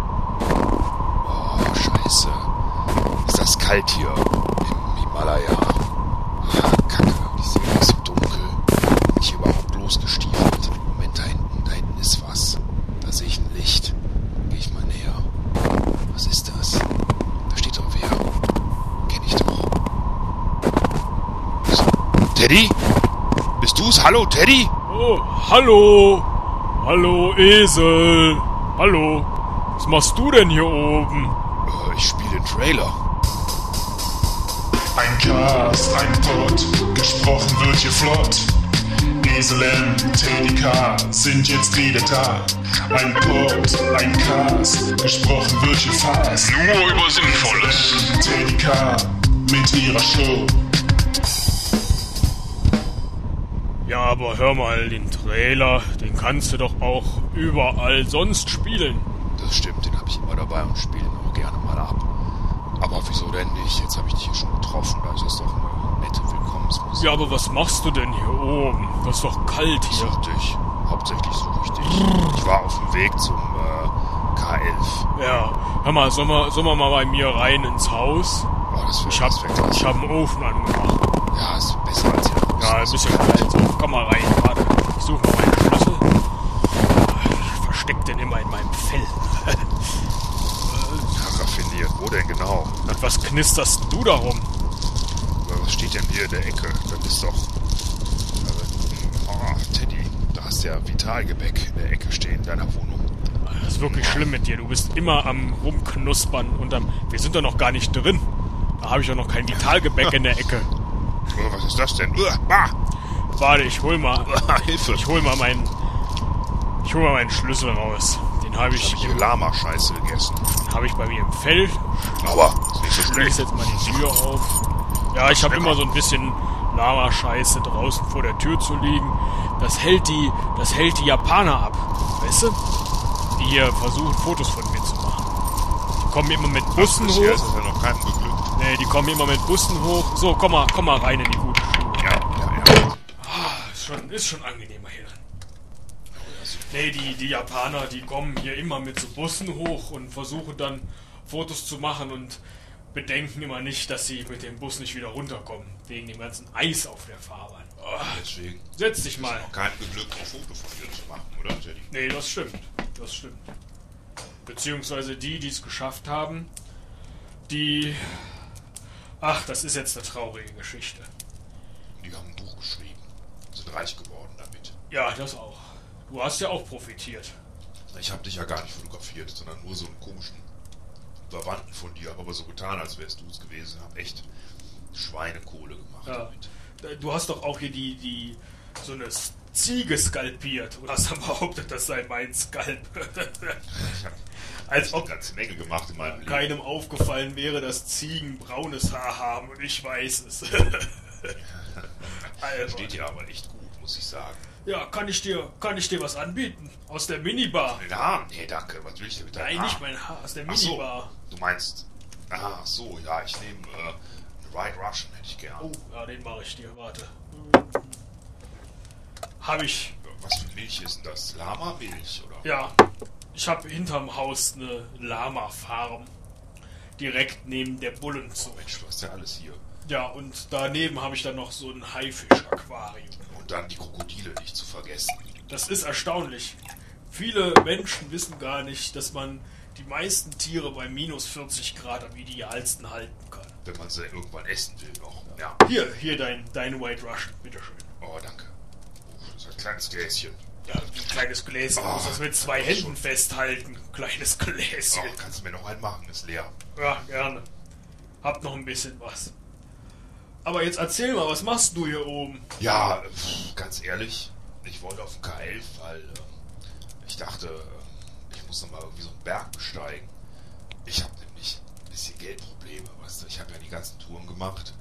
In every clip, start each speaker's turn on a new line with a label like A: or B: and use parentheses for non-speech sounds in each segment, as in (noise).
A: Oh, Scheiße. Ist das kalt hier im Himalaya? Ah, Kacke, die sind ein bisschen dunkel. Bin ich überhaupt losgestiefelt? Moment, da hinten, da hinten ist was. Da sehe ich ein Licht. Gehe ich mal näher. Was ist das? Da steht doch wer. Kenn ich doch. So, Teddy? Bist du's? Hallo, Teddy?
B: Oh, hallo! Hallo, Esel! Hallo! Was machst du denn hier oben?
A: Äh, ich spiele den Trailer.
C: Ein Cast, ein Pod, gesprochen wird hier flott. Esel M, TDK sind jetzt wieder da. Ein Pod, ein Cast, gesprochen wird hier fast.
D: Nur über Sinnvolles.
C: TDK mit ihrer Show.
B: Ja, aber hör mal, den Trailer, den kannst du doch auch überall sonst spielen.
A: Das stimmt, den habe ich immer dabei und spiele ihn auch gerne mal ab. Aber wieso denn nicht? Jetzt habe ich dich hier schon getroffen. Da ist das doch eine nette Willkommensmusik.
B: Ja, aber was machst du denn hier oben? Das ist doch kalt
A: Ich
B: hier.
A: such dich. Hauptsächlich suche ich dich. Ich war auf dem Weg zum äh, K11.
B: Ja, hör mal, sollen wir, sollen wir mal bei mir rein ins Haus?
A: Oh, das wäre
B: Ich hab,
A: perfekt.
B: ich hab einen Ofen angemacht.
A: Ja, ist besser als hier. draußen.
B: Ja, ein bisschen kalt. So, komm mal rein, warte. Ich suche mal meinen Schlüssel. Ich versteck den immer in meinem Fell. (laughs)
A: Ja, raffiniert. halt Wo denn genau?
B: Und was knisterst du darum?
A: Aber Was steht denn hier in der Ecke? Das ist doch. Äh, Oh, Teddy, da hast du ja Vitalgebäck in der Ecke stehen, in deiner Wohnung.
B: Das ist wirklich schlimm mit dir. Du bist immer am Rumknuspern und am. Wir sind doch noch gar nicht drin. Da habe ich doch noch kein Vitalgebäck in der Ecke.
A: Äh, Was ist das denn? Uah, bah, (laughs)
B: Warte, ich hol mal.
A: bah, Hilfe!
B: Ich hol mal meinen. Ich hol mal meinen Schlüssel raus. Den habe
A: Ich
B: ich,
A: habe hier Lama-Scheiße gegessen.
B: den hab ich bei mir im Fell.
A: Aber ist nicht so
B: Ich schließe
A: schlecht.
B: jetzt mal die Tür auf. Ja, ich habe immer so ein bisschen Lama-Scheiße draußen vor der Tür zu liegen. Das hält die, das hält die Japaner ab. Weißt du? Die hier versuchen, Fotos von mir zu machen. Die kommen immer mit Bussen
A: Bisher ist
B: hoch.
A: es ja also noch keinem geglückt.
B: Nee, die kommen immer mit Bussen hoch. So, komm mal, komm mal rein in die gute Schule.
A: Ja, ja, ja.
B: Ist schon, ist schon angenehmer hier drin. Nee, die, die Japaner, die kommen hier immer mit so Bussen hoch und versuchen dann Fotos zu machen und bedenken immer nicht, dass sie mit dem Bus nicht wieder runterkommen, wegen dem ganzen Eis auf der Fahrbahn. Oh,
A: Deswegen ist
B: setz dich mal.
A: noch keinem geglückt, ein Foto von dir zu machen, oder, Teddy?
B: Nee, das stimmt. Das stimmt. Beziehungsweise die, die es geschafft haben, die... Ach, das ist jetzt eine traurige Geschichte.
A: Die haben ein Buch geschrieben. Sind reich geworden damit.
B: Ja, das auch. Du hast ja auch profitiert.
A: Ich habe dich ja gar nicht fotografiert, sondern nur so einen komischen Verwandten von dir. Hab aber so getan, als wärst du es gewesen. Hab echt Schweinekohle gemacht
B: Ja.
A: damit.
B: Du hast doch auch hier die, die so eine Ziege skalpiert und hast dann behauptet, das sei mein Skalp. (laughs)
A: Ich hab
B: Als
A: eine
B: ob
A: ganze Menge gemacht in meinem Leben.
B: keinem aufgefallen wäre, dass Ziegen braunes Haar haben und ich weiß es. (laughs) Also,
A: Steht
B: Albert.
A: dir aber echt gut, muss ich sagen.
B: Ja, kann ich dir, kann ich dir was anbieten? Aus der Minibar.
A: Den Haaren? Nee, danke. Was will ich denn mit deinen
B: Nein,
A: Haaren?
B: nicht mein Haar, aus der
A: Ah. Ach so,
B: Minibar.
A: du meinst... Ach so, ja, ich nehme äh, Right Russian, hätte ich gern.
B: Oh, ja, den mache ich dir. Warte. Hm. Hab ich.
A: Was für Milch ist denn das? Lama-Milch, oder?
B: Ja, ich habe hinterm Haus eine Lama-Farm. Direkt neben der Bullenzucht.
A: Mensch, du hast ja alles hier.
B: Ja, und daneben habe ich dann noch so ein Haifisch-Aquarium.
A: Und dann die Krokodile nicht zu vergessen.
B: Das ist erstaunlich. Viele Menschen wissen gar nicht, dass man die meisten Tiere bei minus 40 Grad am idealsten halten kann.
A: Wenn man sie irgendwann essen will noch. Ja.
B: Hier, hier dein, dein White Russian, bitteschön.
A: Oh, danke. Oh, das ist ein kleines Gläschen.
B: Ja, ein kleines Gläschen. Du musst das mit zwei Händen festhalten. Kleines
A: Oh,
B: Gläschen.
A: kannst du mir noch einen machen? Ist leer.
B: Ja, gerne. Hab noch ein bisschen was. Aber jetzt erzähl mal, was machst du hier oben?
A: Ja, pff, ganz ehrlich, ich wollte auf den K11, weil ähm, ich dachte, ähm, ich muss nochmal irgendwie so einen Berg besteigen. Ich habe nämlich ein bisschen Geldprobleme, weißt du. Ich habe ja die ganzen Touren gemacht,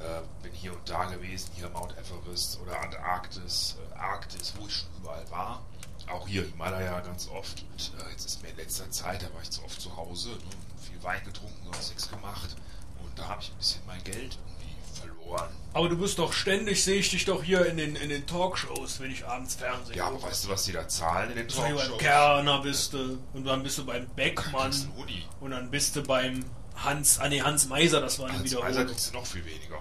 A: äh, bin hier und da gewesen, hier Mount Everest oder Antarktis, äh, Arktis, wo ich schon überall war. Auch hier Himalaya ganz oft. Und äh, jetzt ist mir in letzter Zeit, da war ich zu oft zu Hause, ne, viel Wein getrunken, sonst nichts gemacht. Und da habe ich ein bisschen mein Geld irgendwie verloren.
B: Aber du bist doch ständig, sehe ich dich doch hier in den, in den Talkshows, wenn ich abends Fernsehen
A: Ja, aber weißt du, was die da zahlen in den
B: gucke. Beim
A: Talkshows?
B: Kerner bist du und dann bist du beim Beckmann
A: Kriegst einen Hoodie.
B: und dann bist du beim Hans, ah nee, Hans Meiser, das war eine
C: Als
B: Wiederholung.
C: Meiser kriegst du noch viel weniger.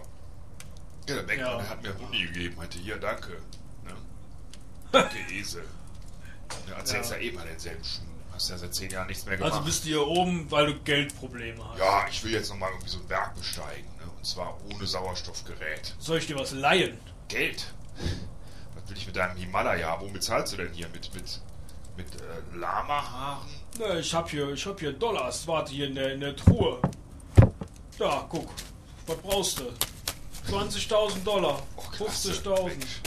C: Ja, der Bäcker
B: Ja.
C: der hat mir einen Hundi gegeben, meinte, hier, danke.
B: (laughs)
C: Ne? Danke, Esel. Du erzählst ja.
B: Ja.
C: ja eh mal denselben Schuh. Hast ja seit zehn Jahren nichts mehr gemacht.
B: Also bist du hier oben, weil du Geldprobleme hast.
C: ja, ich will jetzt nochmal irgendwie so ein Berg besteigen. Ne? Und zwar ohne Sauerstoffgerät.
B: Soll ich dir was leihen?
C: Geld? Was will ich mit deinem Himalaya? Womit zahlst du denn hier? Mit, mit, mit äh, Lamahaaren?
B: Na, Ne, ich hab hier, ich hab hier Dollars, warte hier in der, in der Truhe. Da, guck. Was brauchst du? 20.000 Dollar.
C: Och, klasse.
B: 50.000.
C: Mensch.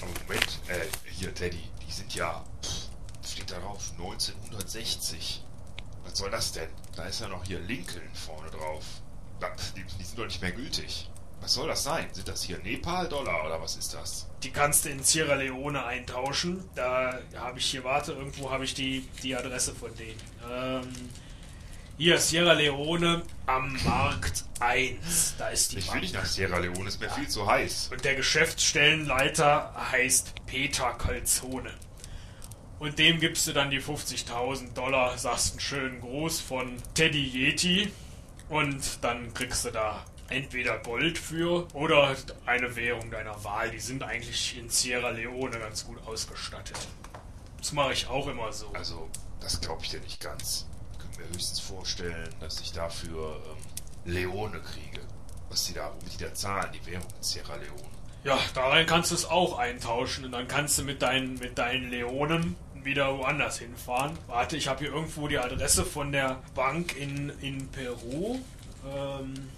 C: Aber Moment, äh, hier, Teddy, die sind ja. Pff, steht da drauf, 1960. Was soll das denn? Da ist ja noch hier Lincoln vorne drauf. Da- Die, die sind doch nicht mehr gültig. Was soll das sein? Sind das hier Nepal-Dollar oder was ist das?
B: Die kannst du in Sierra Leone eintauschen. Da habe ich hier, warte, irgendwo habe ich die, die Adresse von denen. Ähm, hier, Sierra Leone am Markt 1. Da ist die
C: Ich will
B: Bank.
C: nicht nach Sierra Leone, ist mir viel zu heiß.
B: Und der Geschäftsstellenleiter heißt Peter Calzone. Und dem gibst du dann die 50.000 Dollar, sagst einen schönen Gruß von Teddy Yeti und dann kriegst du da entweder Gold für oder eine Währung deiner Wahl. Die sind eigentlich in Sierra Leone ganz gut ausgestattet. Das mache ich auch immer so.
C: Also, das glaube ich dir nicht ganz. Ich könnte mir höchstens vorstellen, dass ich dafür ähm, Leone kriege. Was die da, womit die da zahlen, die Währung in Sierra Leone.
B: Ja, darin kannst du es auch eintauschen und dann kannst du mit deinen, mit deinen Leonen wieder woanders hinfahren. Warte, ich habe hier irgendwo die Adresse von der Bank in, in Peru. Ähm,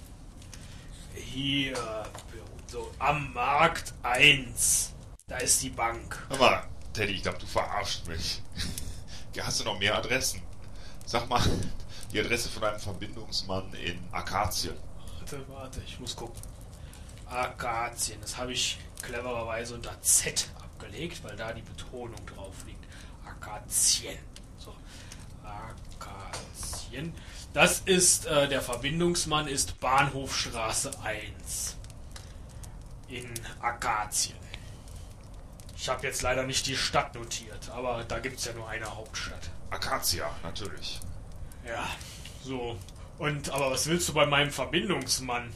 B: hier, Peru. So, am Markt 1. Da ist die Bank.
C: Hör mal, Teddy, ich glaube, du verarschst mich. Ja, Hast du noch mehr Adressen? Sag mal, die Adresse von einem Verbindungsmann in Akazien.
B: Warte, warte, ich muss gucken. Akazien, das habe ich clevererweise unter Z abgelegt, weil da die Betonung drauf liegt. Akazien. So. Akazien. Das ist, äh, der Verbindungsmann ist Bahnhofstraße 1 in Akazien. Ich habe jetzt leider nicht die Stadt notiert, aber da gibt es ja nur eine Hauptstadt.
C: Akazia, natürlich.
B: Ja, so. Und aber was willst du bei meinem Verbindungsmann?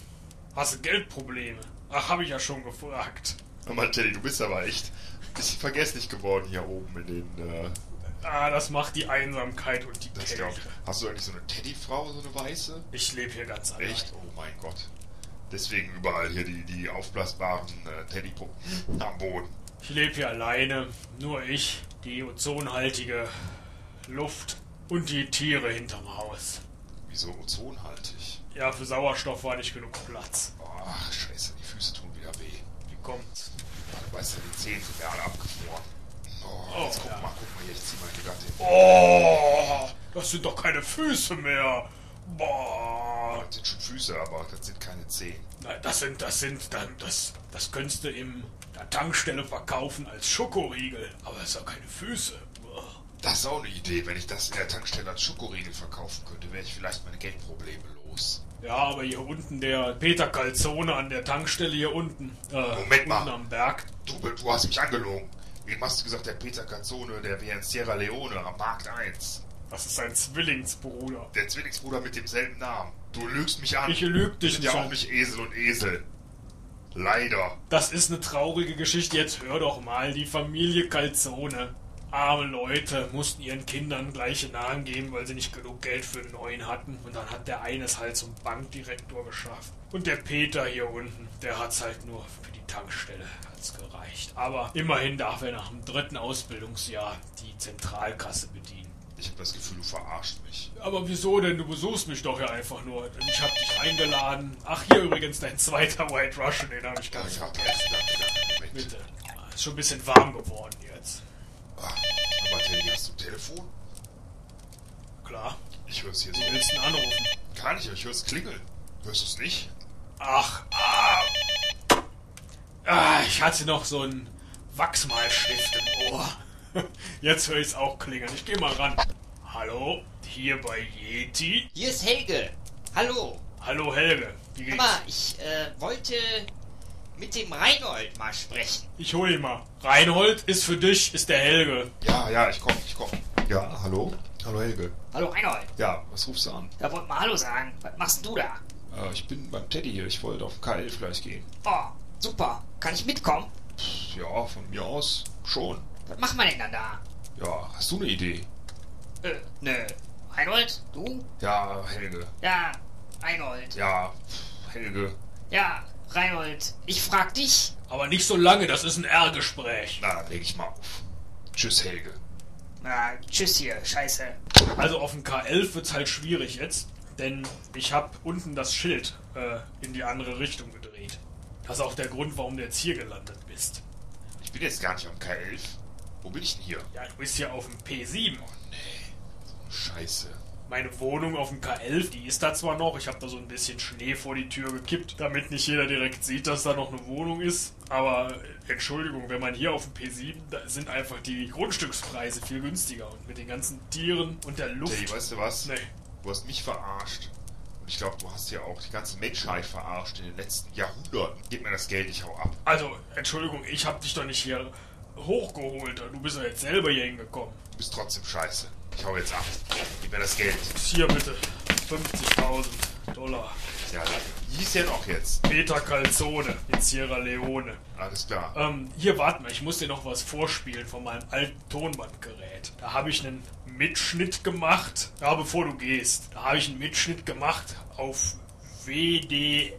B: Hast du Geldprobleme? Ach, habe ich ja schon gefragt.
C: Hör mal, Teddy, du bist aber echt ein bisschen vergesslich geworden hier oben in den. Äh,
B: Ah, das macht die Einsamkeit und die
C: das
B: Kälte.
C: glaub ich. Hast du eigentlich so eine Teddyfrau, so eine weiße?
B: Ich lebe hier ganz allein.
C: Echt? Oh mein Gott. Deswegen überall hier die, die aufblasbaren äh, Teddypuppen am Boden.
B: Ich lebe hier alleine. Nur ich, die ozonhaltige Luft und die Tiere hinterm Haus.
C: Wieso ozonhaltig?
B: Ja, für Sauerstoff war nicht genug Platz.
C: Ach, scheiße, die Füße tun wieder weh.
B: Wie kommt's?
C: Du weißt ja, die Zehen sind mir alle abgefroren. Oh,
B: Oh,
C: jetzt guck
B: ja.
C: mal, guck mal hier, ich zieh mal die Latte.
B: Oh, das sind doch keine Füße mehr. Boah.
C: Das sind schon Füße, aber das sind keine Zehen.
B: Na, Das sind, das sind, das, das, das könntest du im der Tankstelle verkaufen als Schokoriegel, aber es hat keine Füße. Uah.
C: Das ist auch eine Idee. Wenn ich das in der Tankstelle als Schokoriegel verkaufen könnte, wäre ich vielleicht meine Geldprobleme los.
B: Ja, aber hier unten der Peter Calzone an der Tankstelle hier unten. Äh,
C: Moment mal.
B: Unten am Berg.
C: Du, du hast mich angelogen. Wem hast du gesagt, der Peter Canzone, der wäre in Sierra Leone am Markt 1?
B: Das ist sein Zwillingsbruder.
C: Der Zwillingsbruder mit demselben Namen. Du lügst mich an.
B: Ich lüg
C: Wir
B: dich
C: sind
B: nicht
C: ja auch
B: an.
C: nicht Esel und Esel. Leider.
B: Das ist eine traurige Geschichte. Jetzt hör doch mal, die Familie Calzone. Arme Leute mussten ihren Kindern gleiche Namen geben, weil sie nicht genug Geld für einen neuen hatten. Und dann hat der eine es halt zum Bankdirektor geschafft. Und der Peter hier unten, der hat's halt nur für die Tankstelle hat's gereicht. Aber immerhin darf er nach dem dritten Ausbildungsjahr die Zentralkasse bedienen.
C: Ich habe das Gefühl, du verarschst mich.
B: Aber wieso denn? Du besuchst mich doch ja einfach nur. Ich hab dich eingeladen. Ach, hier übrigens dein zweiter White Russian, den habe ich
C: Ja,
B: gar nicht
C: ja, danke, danke, danke. Moment.
B: Bitte. Ah, Ist schon ein bisschen warm geworden jetzt.
C: Ah, aber Teddy, hast du ein Telefon?
B: Klar.
C: Ich höre es hier so.
B: Du willst ihn anrufen.
C: Gar nicht, aber ich höre es klingeln. Hörst du es nicht?
B: Ach, ah. ah. Ich hatte noch so einen Wachsmalstift im Ohr. (laughs) Jetzt höre ich es auch klingeln. Ich gehe mal ran. Hallo, hier bei Yeti.
E: Hier ist Helge. Hallo.
B: Hallo Helge. Wie geht's?
E: Aber ich äh, wollte mit dem Reinhold mal sprechen.
B: Ich hol ihn mal. Reinhold ist für dich, ist der Helge.
C: Ja, ja, ich komme, ich komme. Ja, hallo? Hallo Helge.
E: Hallo Reinhold,
C: Ja, was rufst du an?
E: da wollt mal Hallo sagen. Was machst denn du da?
C: Äh, ich bin beim Teddy hier. Ich wollte auf den K11 gleich gehen.
E: Oh, super. Kann ich mitkommen?
C: Pff, ja, von mir aus schon.
E: Was machen wir denn dann da?
C: Ja, hast du eine Idee?
E: Äh, nö. Reinhold, du?
C: Ja, Helge.
E: Ja, Reinhold.
C: Ja, pff, Helge.
E: Ja, Reinhold, ich frag dich.
B: Aber nicht so lange, das ist ein R-Gespräch.
C: Na, dann leg ich mal auf. Tschüss, Helge.
E: Na, tschüss hier, scheiße.
B: Also auf dem K11 wird's halt schwierig jetzt, denn ich habe unten das Schild äh, in die andere Richtung gedreht. Das ist auch der Grund, warum du jetzt hier gelandet bist.
C: Ich bin jetzt gar nicht am K11. Wo bin ich denn hier?
B: Ja, du bist ja auf dem P7.
C: Scheiße.
B: Meine Wohnung auf dem K11, die ist da zwar noch, ich habe da so ein bisschen Schnee vor die Tür gekippt, damit nicht jeder direkt sieht, dass da noch eine Wohnung ist. Aber äh, Entschuldigung, wenn man hier auf dem P7, da sind einfach die Grundstückspreise viel günstiger. Und mit den ganzen Tieren und der Luft.
C: Teddy, weißt du was?
B: Nee.
C: Du hast mich verarscht. Und ich glaube, du hast ja auch die ganze Menschheit verarscht in den letzten Jahrhunderten. Gib mir das Geld, ich hau ab.
B: Also, Entschuldigung, ich hab dich doch nicht hier hochgeholt. Du bist ja jetzt selber hier hingekommen.
C: Du bist trotzdem scheiße. Ich hau jetzt ab. Gib mir das Geld.
B: Hier bitte, 50.000 Dollar.
C: Ja, danke. Wie hieß der noch jetzt?
B: Peter Calzone in Sierra Leone.
C: Alles klar.
B: Ähm, hier, warte mal, ich muss dir noch was vorspielen von meinem alten Tonbandgerät. Da habe ich einen Mitschnitt gemacht. Ja, bevor du gehst. Da habe ich einen Mitschnitt gemacht auf WDM8.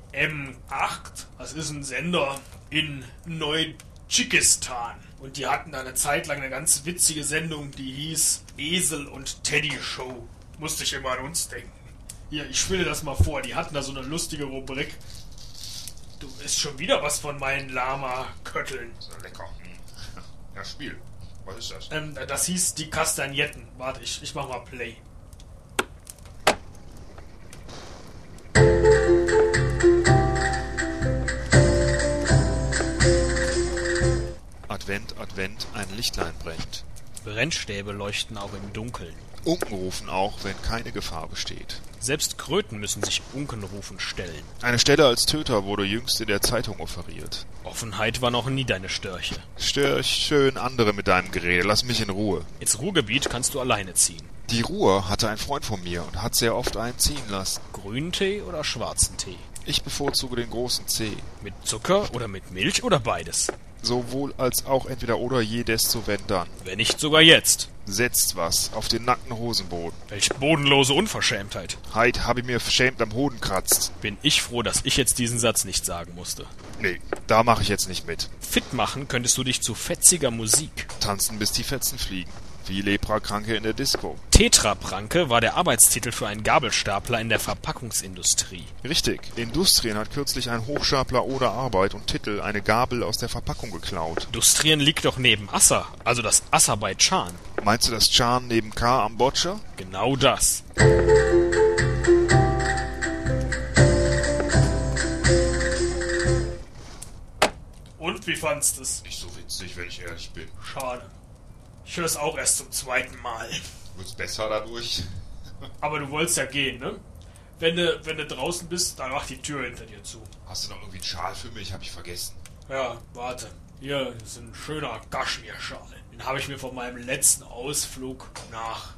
B: Das ist ein Sender in Neudschikistan. Und die hatten da eine Zeit lang eine ganz witzige Sendung, die hieß Esel und Teddy Show. Musste ich immer an uns denken. Hier, ich spiele das mal vor. Die hatten da so eine lustige Rubrik. Du isst schon wieder was von meinen Lama-Kötteln.
C: Ist ja lecker. Hm. Ja, Spiel. Was ist das?
B: Ähm, das hieß die Kastagnetten. Warte, ich, ich mach mal Play.
A: Advent, Advent, ein Lichtlein brennt.
F: Brennstäbe leuchten auch im Dunkeln.
A: Unken rufen auch, wenn keine Gefahr besteht.
F: Selbst Kröten müssen sich Unkenrufen stellen.
A: Eine Stelle als Töter wurde jüngst in der Zeitung offeriert.
F: Offenheit war noch nie deine Störche.
A: Stör schön andere mit deinem Gerede, lass mich in Ruhe.
F: Ins Ruhrgebiet kannst du alleine ziehen.
A: Die Ruhr hatte ein Freund von mir und hat sehr oft einen ziehen lassen.
F: Grüntee oder schwarzen Tee?
A: Ich bevorzuge den großen C.
F: Mit Zucker oder mit Milch oder beides?
A: Sowohl als auch entweder oder je desto wenn dann.
F: Wenn nicht sogar jetzt.
A: Setzt was auf den nackten Hosenboden.
F: Welch bodenlose Unverschämtheit.
A: Heid habe ich mir verschämt am Hoden kratzt.
F: Bin ich froh, dass ich jetzt diesen Satz nicht sagen musste.
A: Nee, da mache ich jetzt nicht mit.
F: Fit machen könntest du dich zu fetziger Musik.
A: Tanzen bis die Fetzen fliegen. Wie Leprakranke in der Disco.
F: Tetrapranke war der Arbeitstitel für einen Gabelstapler in der Verpackungsindustrie.
A: Richtig. Industrien hat kürzlich ein Hochstapler ohne Arbeit und Titel eine Gabel aus der Verpackung geklaut.
F: Industrien liegt doch neben Assa, also das Aserbaidschan.
A: Meinst du das Chan neben K am Boccia?
F: Genau das.
B: Und wie fandst es?
C: Nicht so witzig, wenn ich ehrlich bin.
B: Schade. Ich höre es auch erst zum zweiten Mal.
C: Wird's besser dadurch?
B: Aber du wolltest ja gehen, ne? Wenn du, wenn du draußen bist, dann mach die Tür hinter dir zu.
C: Hast du noch irgendwie einen Schal für mich? Hab ich vergessen.
B: Ja, warte. Hier ist ein schöner Kaschmirschal. Den habe ich mir von meinem letzten Ausflug nach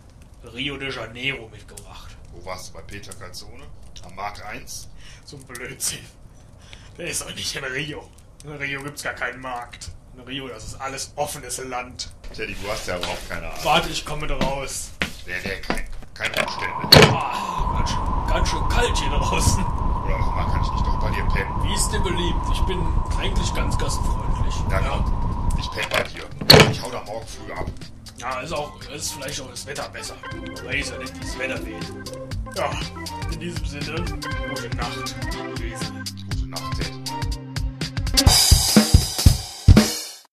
B: Rio de Janeiro mitgebracht.
C: Wo warst du bei Peter Calzone? Am Markt 1?
B: So ein Blödsinn. Der ist doch nicht in Rio. In Rio gibt's gar keinen Markt. In Rio, das ist alles offenes Land.
C: Teddy, du hast ja überhaupt keine Ahnung.
B: Warte, ich komme da raus.
C: Nee, nee, kein, keine Umstände.
B: Ah, ganz schön, ganz schön kalt hier draußen.
C: Oder auch mal kann ich nicht doch bei dir pennen.
B: Wie ist dir beliebt? Ich bin eigentlich ganz gastfreundlich.
C: Ja,
B: ja.
C: komm. Ich penne bei dir. Ich hau da morgen früh ab.
B: ja ist, auch, ist vielleicht auch das Wetter besser. Ich weiß ja nicht, wie das Wetter weht. Ja, in diesem Sinne, gute Nacht. Gewesen.
C: Gute Nacht, Teddy.